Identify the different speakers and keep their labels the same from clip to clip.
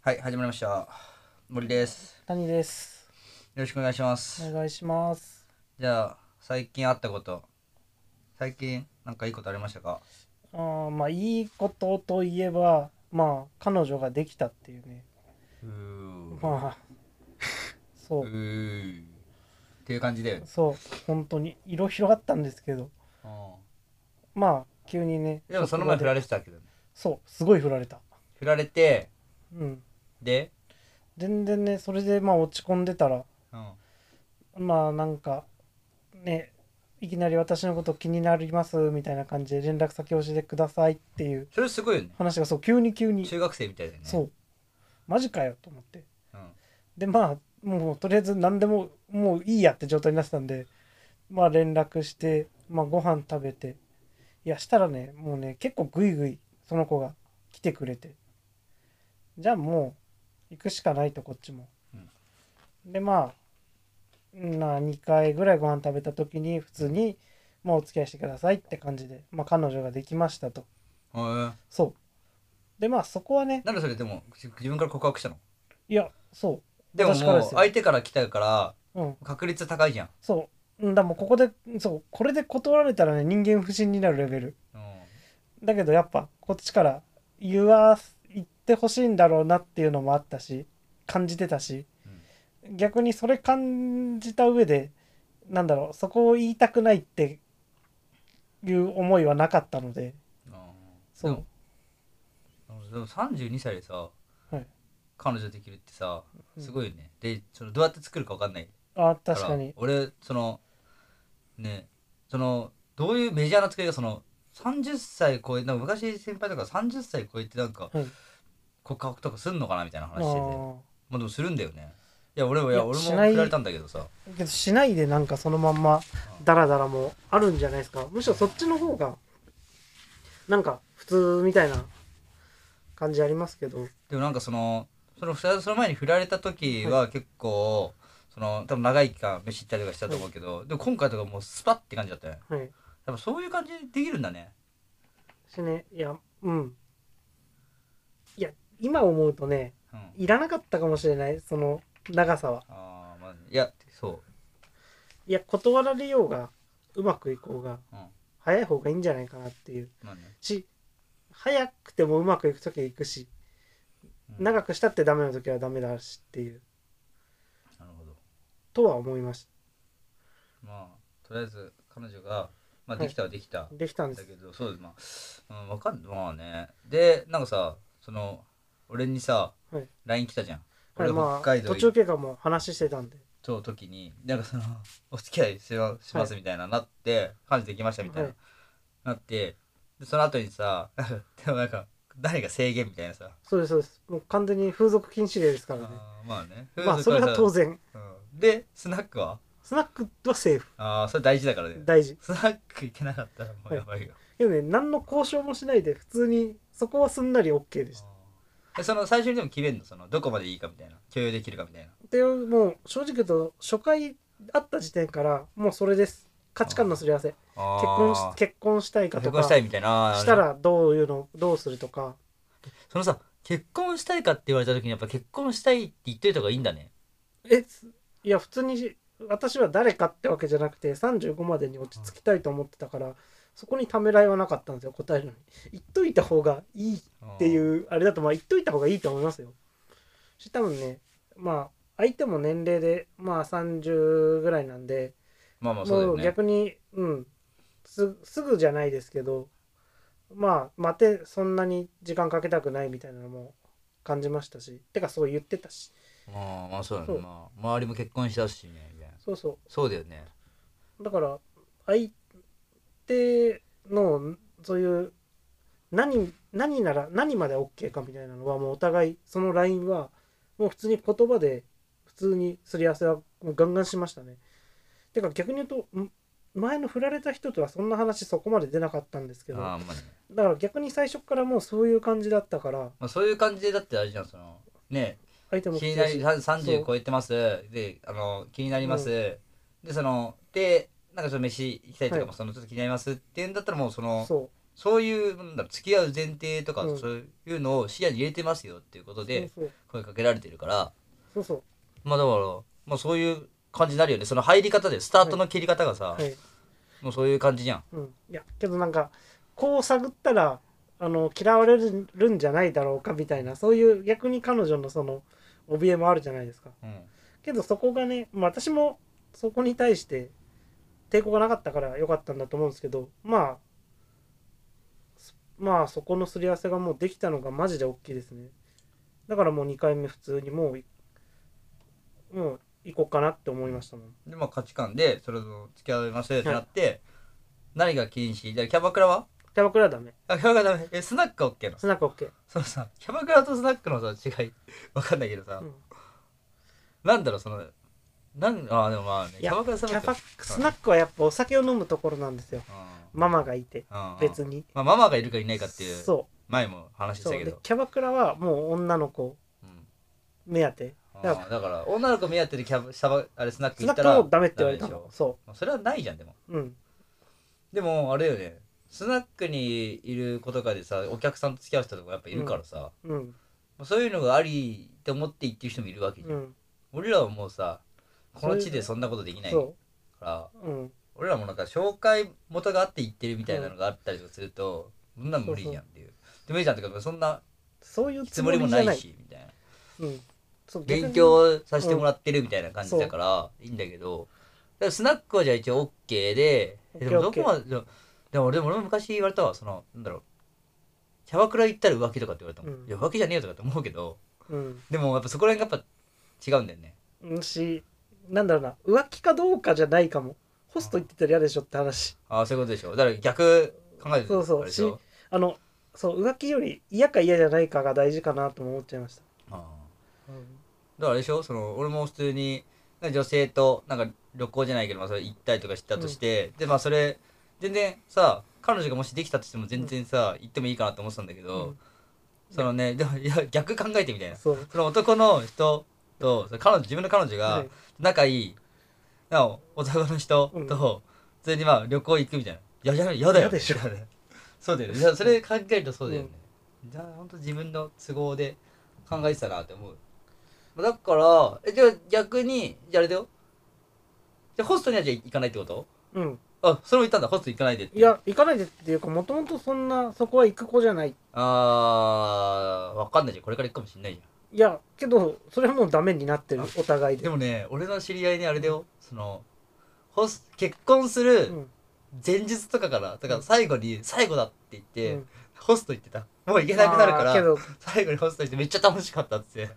Speaker 1: はい、始まりました。森です。
Speaker 2: 谷です。
Speaker 1: よろしくお願いします。
Speaker 2: お願いします。
Speaker 1: じゃあ、最近あったこと。最近、なんかいいことありましたか
Speaker 2: あーまあいいことといえば、まあ彼女ができたっていうね。
Speaker 1: うー
Speaker 2: まあ、そうう、
Speaker 1: ーっていう感じだよね。
Speaker 2: そう、本当に色広がったんですけど、
Speaker 1: うん
Speaker 2: まあ急にね。
Speaker 1: でもその前振ら
Speaker 2: れ。
Speaker 1: れてたけどね。
Speaker 2: そう、すごい振られた。
Speaker 1: 振られて、
Speaker 2: うん。
Speaker 1: で、
Speaker 2: 全然ね、それでまあ落ち込んでたら、
Speaker 1: うん。
Speaker 2: まあなんかね。いきなり私のこと気になりますみたいな感じで連絡先教えてくださいっていう
Speaker 1: それすごいよね。
Speaker 2: 話がそう急に急に
Speaker 1: 中学生みたいだよね。
Speaker 2: そうマジかよと思って
Speaker 1: うん。
Speaker 2: でまあもうとりあえず何でももういいやって状態になってたんでまあ連絡して、まあ、ご飯食べていやしたらねもうね結構グイグイその子が来てくれてじゃあもう行くしかないとこっちも、でまあな2回ぐらいご飯食べた時に普通に、まあ、お付き合いしてくださいって感じで、まあ、彼女ができましたと
Speaker 1: へー
Speaker 2: そうでまあそこはね
Speaker 1: なんでそれでも、自自分から告白したの
Speaker 2: いやそう
Speaker 1: でも
Speaker 2: 私から
Speaker 1: も
Speaker 2: で
Speaker 1: う
Speaker 2: す、よ
Speaker 1: 相手から来たから、
Speaker 2: うん
Speaker 1: 確率高いじゃん。
Speaker 2: そう。うんだからもうここで、そう、これで断られたらね、人間不信になるレベル。
Speaker 1: うん。
Speaker 2: だけどやっぱ、こっちから言わす、言ってほしいんだろうなっていうのもあったし、感じてたし、逆にそれ感じた上で、なんだろう、そこを言いたくないっていう思いはなかったので、
Speaker 1: うん。
Speaker 2: そ
Speaker 1: で
Speaker 2: う
Speaker 1: も。でも32歳でさ、
Speaker 2: はい
Speaker 1: 彼女できるってさ
Speaker 2: うん
Speaker 1: すごいよね、でそのどうやって作るか分かんない
Speaker 2: あ、
Speaker 1: ら
Speaker 2: 確かに。
Speaker 1: 俺そのねそのどういうメジャーな作りがその30歳超えなんか昔先輩とか30歳超えてなんか
Speaker 2: はい。
Speaker 1: 告白とかすんのかなみたいな
Speaker 2: あ
Speaker 1: 話しててま
Speaker 2: ー
Speaker 1: あでもするんだよねいや俺はいいや
Speaker 2: や
Speaker 1: 俺も
Speaker 2: しない
Speaker 1: 振られたんだけどさ
Speaker 2: けどしないでなんかそのまんまダラダラもあるんじゃないですかむしろそっちの方がなんか普通みたいな感じありますけど
Speaker 1: でもなんかそのそのふたその前に振られた時は結構、その多分長い期間飯行ったりとかしたと思うけど、でも今回とかもうスパッて感じだったね
Speaker 2: はい
Speaker 1: やっぱそういう感じでできるんだね
Speaker 2: しねいやうんいや今思うとね
Speaker 1: うん
Speaker 2: いらなかったかもしれないその長さは
Speaker 1: ああまあいやそ
Speaker 2: いや断られようがうまくいこうが
Speaker 1: ううん
Speaker 2: 早い方がいいんじゃないかなっていう
Speaker 1: まあね
Speaker 2: し早くてもうまくいく時はいくし
Speaker 1: うん
Speaker 2: 長くしたってダメな時はダメだしっていう
Speaker 1: なるほど
Speaker 2: とは思いまし
Speaker 1: まあとりあえず彼女が、まあ、できたはできた、
Speaker 2: たできたんで
Speaker 1: だ
Speaker 2: す
Speaker 1: けどそうですまあ、うん、わかんまあねでなんかさその俺にさ、
Speaker 2: はい
Speaker 1: LINE 来たじゃん
Speaker 2: はい
Speaker 1: 俺
Speaker 2: ま
Speaker 1: 北
Speaker 2: あ
Speaker 1: 海道
Speaker 2: 途
Speaker 1: 行
Speaker 2: 中
Speaker 1: っ
Speaker 2: 経過も話してたんで
Speaker 1: とう時になんかその お付き合いしましますみたいななって彼女できましたみたいな、
Speaker 2: はい
Speaker 1: なってでその後にさ でもなんか誰が制限みたいなさ、
Speaker 2: そうですそうですもう完全に風俗禁止令ですからね
Speaker 1: あーまあね
Speaker 2: まあそれは当
Speaker 1: 然、
Speaker 2: 然
Speaker 1: うんでスナックは
Speaker 2: スナックはセーフ
Speaker 1: ああそれ大事だからね
Speaker 2: 大事
Speaker 1: スナック行けなかったらもうやばいよ、
Speaker 2: けどね何の交渉もしないで普通にそこはすんなり OK でした
Speaker 1: えその最初にでも決めるのそのどこまでいいかみたいな許容できるかみたいな
Speaker 2: でもう正直言うと初回会った時点からもうそれです価値観のすり合わせ結
Speaker 1: 結
Speaker 2: 婚し結婚したいか
Speaker 1: 結
Speaker 2: と
Speaker 1: 婚
Speaker 2: か
Speaker 1: したい
Speaker 2: し
Speaker 1: みたいな
Speaker 2: たらどういうのどうするとか
Speaker 1: そのさ結婚したいかって言われた時にやっぱ結婚したいって言っといた方がいいんだね
Speaker 2: えいや普通に私は誰かってわけじゃなくて35までに落ち着きたいと思ってたからそこにためらいはなかったんですよ答えるのに言っといた方がいいって
Speaker 1: う
Speaker 2: いうあれだとまあ言っといた方がいいと思いますよ。し多分ねまあ相手も年齢でまあ30ぐらいなんで、
Speaker 1: まあまあそうだ
Speaker 2: も
Speaker 1: よ
Speaker 2: う
Speaker 1: ね
Speaker 2: 逆にうんすすぐじゃないですけどまあ待てそんなに時間かけたくないみたいなのも感じましたしてかそう言ってたし
Speaker 1: まあまあそうだよ
Speaker 2: そ
Speaker 1: ね、
Speaker 2: う
Speaker 1: まあ、周りも結婚したしねみたいな
Speaker 2: そうそ
Speaker 1: そうだよね
Speaker 2: うだから相手のそういう何何なら何まで OK かみたいなのはもうお互いそのラインはもう普通に言葉で普通にすり合わせはもうガンガンしましたね。てか逆に言うとん前の振られた人とはそんな話そこまで出なかったんですけ
Speaker 1: あー
Speaker 2: ど
Speaker 1: まあね、
Speaker 2: だから逆に最初からもうそういう感じだったから
Speaker 1: まあ、そういう感じでだってあれじゃんそのね
Speaker 2: 相手も
Speaker 1: 気に
Speaker 2: 来
Speaker 1: な
Speaker 2: た
Speaker 1: り
Speaker 2: しそ
Speaker 1: 30
Speaker 2: う
Speaker 1: 超えてますであの気になります、でそのでなんかちょっと飯行きたいとかも、
Speaker 2: はい
Speaker 1: そのちょっと気になりますって言うんだったらもうその
Speaker 2: そ
Speaker 1: そういうなんだろう付き合う前提とか、
Speaker 2: うん
Speaker 1: そういうのを視野に入れてますよっていうことで
Speaker 2: そうそう
Speaker 1: 声かけられてるから
Speaker 2: そうそう
Speaker 1: まあだから、まあ、そういう感じになるよねその入り方でスタートの切り方がさ、
Speaker 2: はい、
Speaker 1: もうそういう感じじゃん
Speaker 2: うん、いやけどなんかこう探ったらあの嫌われるんじゃないだろうかみたいなそういう逆に彼女のその怯えもあるじゃないですか
Speaker 1: うん
Speaker 2: けどそこがね、まあ、私もそこに対して抵抗がなかったから良かったんだと思うんですけどまあそまあそこのすり合わせがもうできたのがマジで大きいですねだからもう2回目普通にもういもう行こうかなって思いましたもん
Speaker 1: でまあ価値観でそれと付き合いますよってなって、何が禁止じゃあキャバクラは
Speaker 2: キャバクラはダメ
Speaker 1: あキャバクラダメえスナックは OK なの
Speaker 2: スナック OK、
Speaker 1: そのさキャバクラとスナックのさ違い わかんないけどさ、
Speaker 2: うん、
Speaker 1: なんだろうそのなんあーでもまあね
Speaker 2: い
Speaker 1: キ
Speaker 2: や
Speaker 1: ャバクラス
Speaker 2: キ
Speaker 1: ナッ
Speaker 2: ャ
Speaker 1: ク
Speaker 2: バスナックはやっぱお酒を飲むところなんですよママがいて
Speaker 1: うん
Speaker 2: 別
Speaker 1: に、
Speaker 2: に
Speaker 1: まあ、ママがいるかいないかっていう
Speaker 2: そ
Speaker 1: 前も話
Speaker 2: う
Speaker 1: して
Speaker 2: そう
Speaker 1: たけ
Speaker 2: で
Speaker 1: ど
Speaker 2: キャバクラはもう女の子
Speaker 1: うん
Speaker 2: 目当て
Speaker 1: あ
Speaker 2: だ
Speaker 1: ーだから女の子目当てでキャバシャバあれスナック
Speaker 2: ス
Speaker 1: 行
Speaker 2: ナ
Speaker 1: っ
Speaker 2: ッ
Speaker 1: た
Speaker 2: クは
Speaker 1: ら
Speaker 2: もうダメって言われた
Speaker 1: ダメで
Speaker 2: の
Speaker 1: し
Speaker 2: そ
Speaker 1: ょそれはないじゃんでも
Speaker 2: ううん
Speaker 1: でもあれよねスナックにいる子とかでさお客さんと付き合う人とかやっぱいるからさ、
Speaker 2: うん
Speaker 1: まあそういうのがありって思って言ってる人もいるわけじゃん、
Speaker 2: うん
Speaker 1: 俺らはもうさこの
Speaker 2: そ
Speaker 1: 地
Speaker 2: れ
Speaker 1: でそんなことできないか
Speaker 2: そ
Speaker 1: ら
Speaker 2: ううん
Speaker 1: 俺らもなんか紹介元があって言ってるみたいなのがあったりとかすると、そんなん無理じゃんっていうでもいいじゃんとかそんな
Speaker 2: そういう
Speaker 1: つ
Speaker 2: つ
Speaker 1: も
Speaker 2: も
Speaker 1: り
Speaker 2: り
Speaker 1: も
Speaker 2: も
Speaker 1: な
Speaker 2: ないい
Speaker 1: しみたいな
Speaker 2: うんそう
Speaker 1: 勉強させてもらってるみたいな感じだからいいんだけど、だからスナックはじゃあ一応 OK で
Speaker 2: オッケ
Speaker 1: で
Speaker 2: ー
Speaker 1: もど
Speaker 2: オッケ
Speaker 1: こ
Speaker 2: ー
Speaker 1: まででもでも俺も俺も昔言われたわそのなんだろうキャバクラ行ったら浮気とかって言われたもん、
Speaker 2: うん
Speaker 1: いや浮気じゃねえよとかって思うけど
Speaker 2: 逆にうん
Speaker 1: でもやっぱそこら辺がやっぱ違うんだよね
Speaker 2: うんしなんだろうな浮気かどうかじゃないかもホスト行ってたら嫌でしょって話
Speaker 1: ああそういうことでしょだから逆考えて
Speaker 2: そうそう
Speaker 1: あれでしょ
Speaker 2: あのそう浮気より嫌か嫌じゃないかが大事かなとも思っちゃいました
Speaker 1: ああだからあれでしょその俺も普通になんか女性となんか旅行じゃないけど、まあ、それ行ったりとかしたとして、でまあそれ全然さ彼女がもしできたとしても全然さ、行ってもいいかなと思ってたんだけど、
Speaker 2: うん
Speaker 1: そのねでもいや逆考えてみたいな
Speaker 2: そう
Speaker 1: その男の人とその彼女自分の彼女
Speaker 2: は
Speaker 1: が
Speaker 2: い
Speaker 1: 仲いい、なお男の人
Speaker 2: うん
Speaker 1: と普通にまあ旅行行くみたいな「いやいややだよ」
Speaker 2: 嫌でしょ
Speaker 1: いやだよ そうだよねいやそれ考えるとそうだよね、じゃあ本当自分の都合で考えてたなって思うまあだからえじゃあ逆にじゃああれだよじゃあホストにはじゃあ行かないってこと
Speaker 2: うん
Speaker 1: あそれも言ったんだホスト行かないでって
Speaker 2: いや行かないでっていうかもともとそんなそこは行く子じゃない
Speaker 1: あーわかんないじゃんこれから行くかもしんないじゃん
Speaker 2: いやけどそれはもうダメになってる
Speaker 1: あ
Speaker 2: お互いで
Speaker 1: でもね俺の知り合いにあれだよそのホス結婚する
Speaker 2: うん
Speaker 1: 前日とかからだから最後に最後だって言って、
Speaker 2: うん
Speaker 1: ホスト行ってたもう行けなくなるか
Speaker 2: あーけ
Speaker 1: ら
Speaker 2: ど
Speaker 1: 最後にホスト行ってめっちゃ楽しかったっつって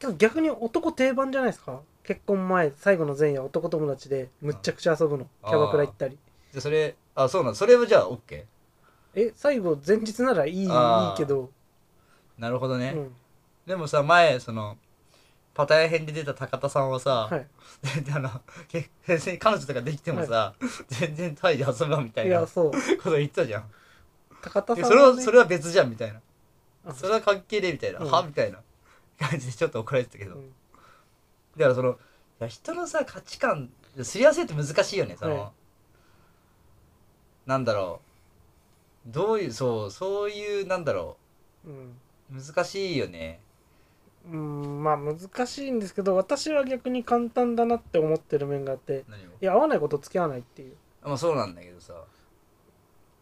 Speaker 2: けど逆に男定番じゃないですか結婚前最後の前夜男友達でむっちゃくちゃ遊ぶの
Speaker 1: あー
Speaker 2: キャバクラ行ったり
Speaker 1: でそれあそうなんそれはじゃあ OK
Speaker 2: え最後前日ならいいいい
Speaker 1: あー
Speaker 2: けど、
Speaker 1: なるほど
Speaker 2: う
Speaker 1: ね、
Speaker 2: ん
Speaker 1: でもさ前そのパタヤ編で出た高田さんはさ、
Speaker 2: は
Speaker 1: で あのけ別に彼女とかできてもさ、全然タイで遊ぶわみた
Speaker 2: い、
Speaker 1: い
Speaker 2: い
Speaker 1: な
Speaker 2: や
Speaker 1: こ
Speaker 2: そう
Speaker 1: と言ってたじゃん
Speaker 2: 高田
Speaker 1: で
Speaker 2: さん
Speaker 1: それ
Speaker 2: は
Speaker 1: は
Speaker 2: ね
Speaker 1: それは別じゃんみたいな
Speaker 2: あ
Speaker 1: それは関係ねえみたいな、
Speaker 2: うん
Speaker 1: はみたいな感じでちょっと怒られてたけど、
Speaker 2: うん
Speaker 1: だからそのいや人のさ価値観すり合わせって難しいよねその、
Speaker 2: はい
Speaker 1: なんだろうどういうそうそういうなんだろ
Speaker 2: うん
Speaker 1: う難しいよね
Speaker 2: うんまあ難しいんですけど私は逆に簡単だなって思ってる面があって
Speaker 1: 何も
Speaker 2: いや合わないこと付き合わないっていう
Speaker 1: まあそうなんだけどさい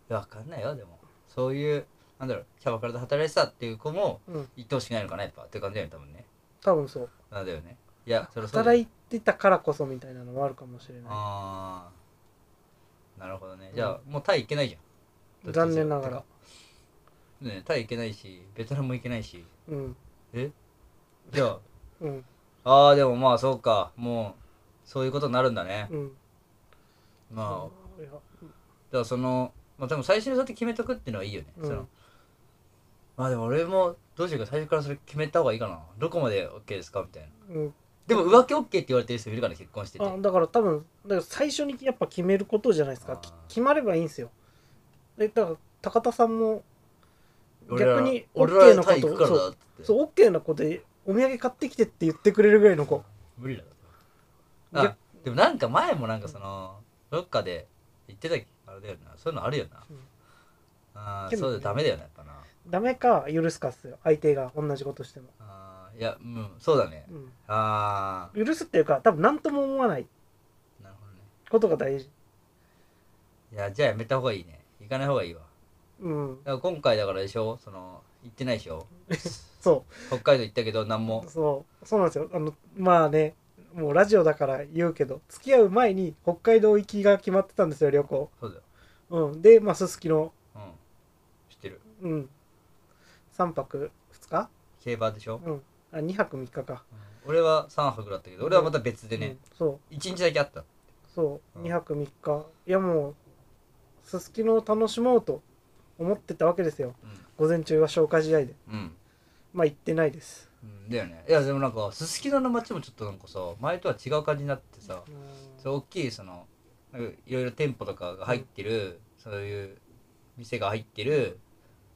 Speaker 1: やわかんないよでもそういうなんだろうキャバクラで働いてたっていう子も
Speaker 2: うん
Speaker 1: 言ってほしくないのかなやっぱっていう感じだよね多分ね
Speaker 2: 多分そう
Speaker 1: なんだよねいやそれはそうだよ
Speaker 2: 働いてたからこそみたいなのもあるかもしれな
Speaker 1: ああなるほどねじゃあ、もうタイ行けないじゃん
Speaker 2: 残念ながら
Speaker 1: てかねタイ行けないしベトナムも行けない し
Speaker 2: いうん
Speaker 1: じゃ
Speaker 2: うん
Speaker 1: あああでもまあそうかもうそういうことになるんだね、
Speaker 2: うん
Speaker 1: まあ
Speaker 2: いや
Speaker 1: だからそのまあでも最初にそうやって決めとくっていうのはいいよね、
Speaker 2: うん
Speaker 1: そのまあでも俺もどうしようか最初からそれ決めた方がいいかなどこまで OK ですかみたいな
Speaker 2: うん
Speaker 1: でも浮気 OK って言われてる人いるから結婚してて
Speaker 2: あだから多分だから最初にやっぱ決めることじゃないです
Speaker 1: あ
Speaker 2: か
Speaker 1: ー
Speaker 2: き決まればいいんですよでだから高田さんも
Speaker 1: 俺ら
Speaker 2: 逆に
Speaker 1: 俺ら
Speaker 2: OK のこと
Speaker 1: タイ行くからだっつって
Speaker 2: そう OK な子でお土産買ってきてって言ってくれるぐらいの子
Speaker 1: 無理だろ
Speaker 2: いや
Speaker 1: あでもなんか前もなんかそのどっかで言ってたあれだよなそういうのあるよな、
Speaker 2: うん
Speaker 1: ああ
Speaker 2: けど
Speaker 1: そうだよダメだよねやっぱな
Speaker 2: ダメか許すかっすよ相手が同じことしても、
Speaker 1: あーいやうんそうだね
Speaker 2: う
Speaker 1: あ
Speaker 2: ん、許すっていうか多分何とも思わない
Speaker 1: あなるほどね
Speaker 2: ことが大事
Speaker 1: いやじゃあやめた方がいいね行かない方がいいわ
Speaker 2: うん
Speaker 1: だから今回だからでしょその行ってないでし ょ
Speaker 2: そ
Speaker 1: 北海道行ったけど何も
Speaker 2: うそうそうなんですよあのまあねもうラジオだから言うけど付き合う前に北海道行きが決まってたんですよ旅行、
Speaker 1: そうだよ
Speaker 2: うん、でまあすすきの、
Speaker 1: うん知ってる
Speaker 2: うん、3泊2日、
Speaker 1: 競馬でしょ、
Speaker 2: うん、あ2泊3日か、
Speaker 1: うん俺は3泊だったけど俺はまた別で
Speaker 2: う
Speaker 1: ね
Speaker 2: ん、そう
Speaker 1: 一1日だけあった
Speaker 2: そう、
Speaker 1: うん
Speaker 2: 2泊3日いやもうすすきのを楽しもうと思ってたわけですよ午前中は消化試合で
Speaker 1: うん、うん
Speaker 2: まあ行ってないです
Speaker 1: うんだよねいやでもなんかすすきのの街もちょっとなんかさ前とは違う感じになってさそう大きいそのなんかいろいろ店舗とかが入ってる、そういう店が入ってる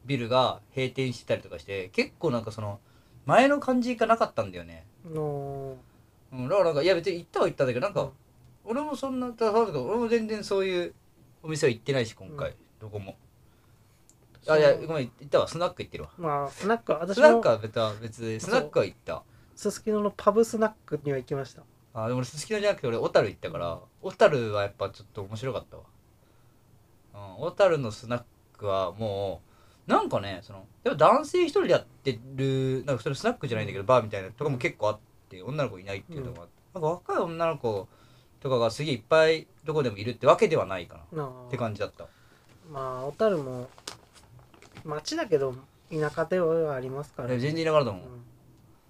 Speaker 1: ビルが閉店してたりとかして結構なんかその前の感じがなかったんだよね、
Speaker 2: の
Speaker 1: うん、だからなんかいや別に行ったは行ったんだけどなん
Speaker 2: うん
Speaker 1: か俺もそんなだから俺も全然そういうお店は行ってないし今回、どこもあいやごめん行ったわスナック行ってるわ
Speaker 2: まあスナックは私
Speaker 1: スナッ
Speaker 2: も
Speaker 1: クは別は別でスナックは行った
Speaker 2: すすきののパブスナックには行きました
Speaker 1: あでも俺すすきのじゃなくて俺小樽行ったから小樽はやっぱちょっと面白かったわうん小樽、のスナックはもうなんかねそのやっぱ男性一人でやってるなんかそれスナックじゃないんだけどバーみたいなとかも結構あって女の子いないっていうのもあって、なんか若い女の子とかがすげえいっぱいどこでもいるってわけではないかな
Speaker 2: なあ
Speaker 1: って感じだった
Speaker 2: まあ小樽も町だけど田舎ではありますか
Speaker 1: あ
Speaker 2: ら、
Speaker 1: れ全然いながらだもん、
Speaker 2: うん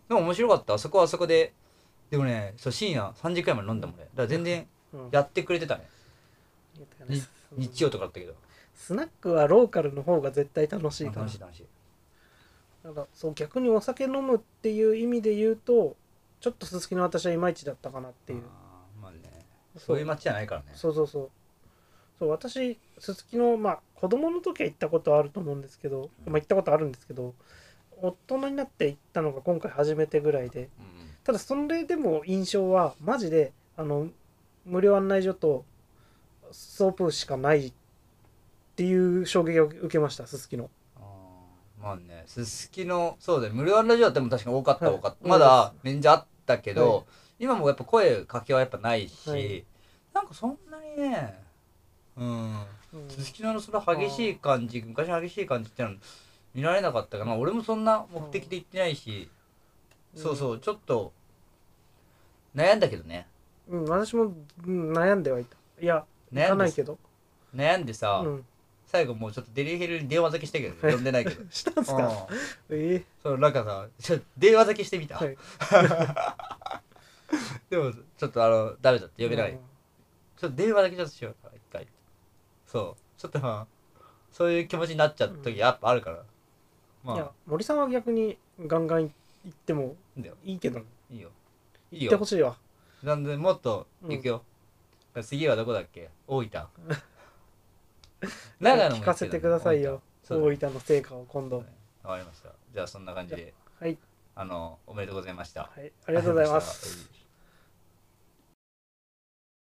Speaker 1: でも面白かったあそこはあそこででもねそう深夜3時くらいまで飲んだもんねだから全然
Speaker 2: うん
Speaker 1: やってくれてたねに日曜とかだったけど
Speaker 2: スナックはローカルの方が絶対楽しいから
Speaker 1: 楽しい楽しい
Speaker 2: なんかそう逆にお酒飲むっていう意味で言うとちょっとすすきの私はいまいちだったかなっていう
Speaker 1: あーまあねそういう街じゃないからね
Speaker 2: そうそうそうそう私すすきのまあ子供の時は行ったことはあると思うんですけど、
Speaker 1: うん
Speaker 2: まあ行ったことあるんですけど大人になって行ったのが今回初めてぐらいで
Speaker 1: うん
Speaker 2: ただそれでも印象はマジであの無料案内所とソープしかないっていう衝撃を受けましたすすきの
Speaker 1: あーまあねすすきのそうだよ無料ラジオでも確か多かった
Speaker 2: はい
Speaker 1: 多かった
Speaker 2: 多
Speaker 1: ま
Speaker 2: いです
Speaker 1: だ免者あったけ
Speaker 2: はい
Speaker 1: ど今もやっぱ声かけはやっぱない
Speaker 2: は
Speaker 1: し
Speaker 2: い
Speaker 1: なんかそんなにねうん
Speaker 2: うん
Speaker 1: すすきののその激しい感じ昔の激しい感じってのは見られなかったかな俺もそんな目的で行ってないし
Speaker 2: うん
Speaker 1: そうそうちょっと悩んだけどね
Speaker 2: うん、私もうん悩んではいたいや行
Speaker 1: 悩
Speaker 2: か
Speaker 1: ん
Speaker 2: ない
Speaker 1: で
Speaker 2: けど、
Speaker 1: 悩んでさ
Speaker 2: うん、
Speaker 1: 最後もうちょっとデリヘルに電話だけしたけど呼んでないけど
Speaker 2: したんす
Speaker 1: う
Speaker 2: か
Speaker 1: ん
Speaker 2: え
Speaker 1: そうなんかさちょ電話だけしてみ
Speaker 2: え
Speaker 1: た、
Speaker 2: はい
Speaker 1: でもちょっとあのダメだって呼べない、
Speaker 2: うん
Speaker 1: ちょっと電話だけちょっとしようか一回そうちょっとまあそういう気持ちになっちゃった時やっぱあるから、まあ
Speaker 2: いや森さんは逆にガンガン行っても
Speaker 1: いいんだよ
Speaker 2: いいけど
Speaker 1: いいよいい
Speaker 2: 行ってほ
Speaker 1: よ
Speaker 2: しいわ
Speaker 1: なんでもっと行くよ、次はどこだっけ大分 長野も行ってたね
Speaker 2: 聞かせてくださいよ
Speaker 1: そう
Speaker 2: 大
Speaker 1: だね
Speaker 2: 分の成果を今度
Speaker 1: わかりましたじゃあそんな感じで
Speaker 2: はい、
Speaker 1: あのおめでとうございました
Speaker 2: はい、ありがとうございます
Speaker 1: は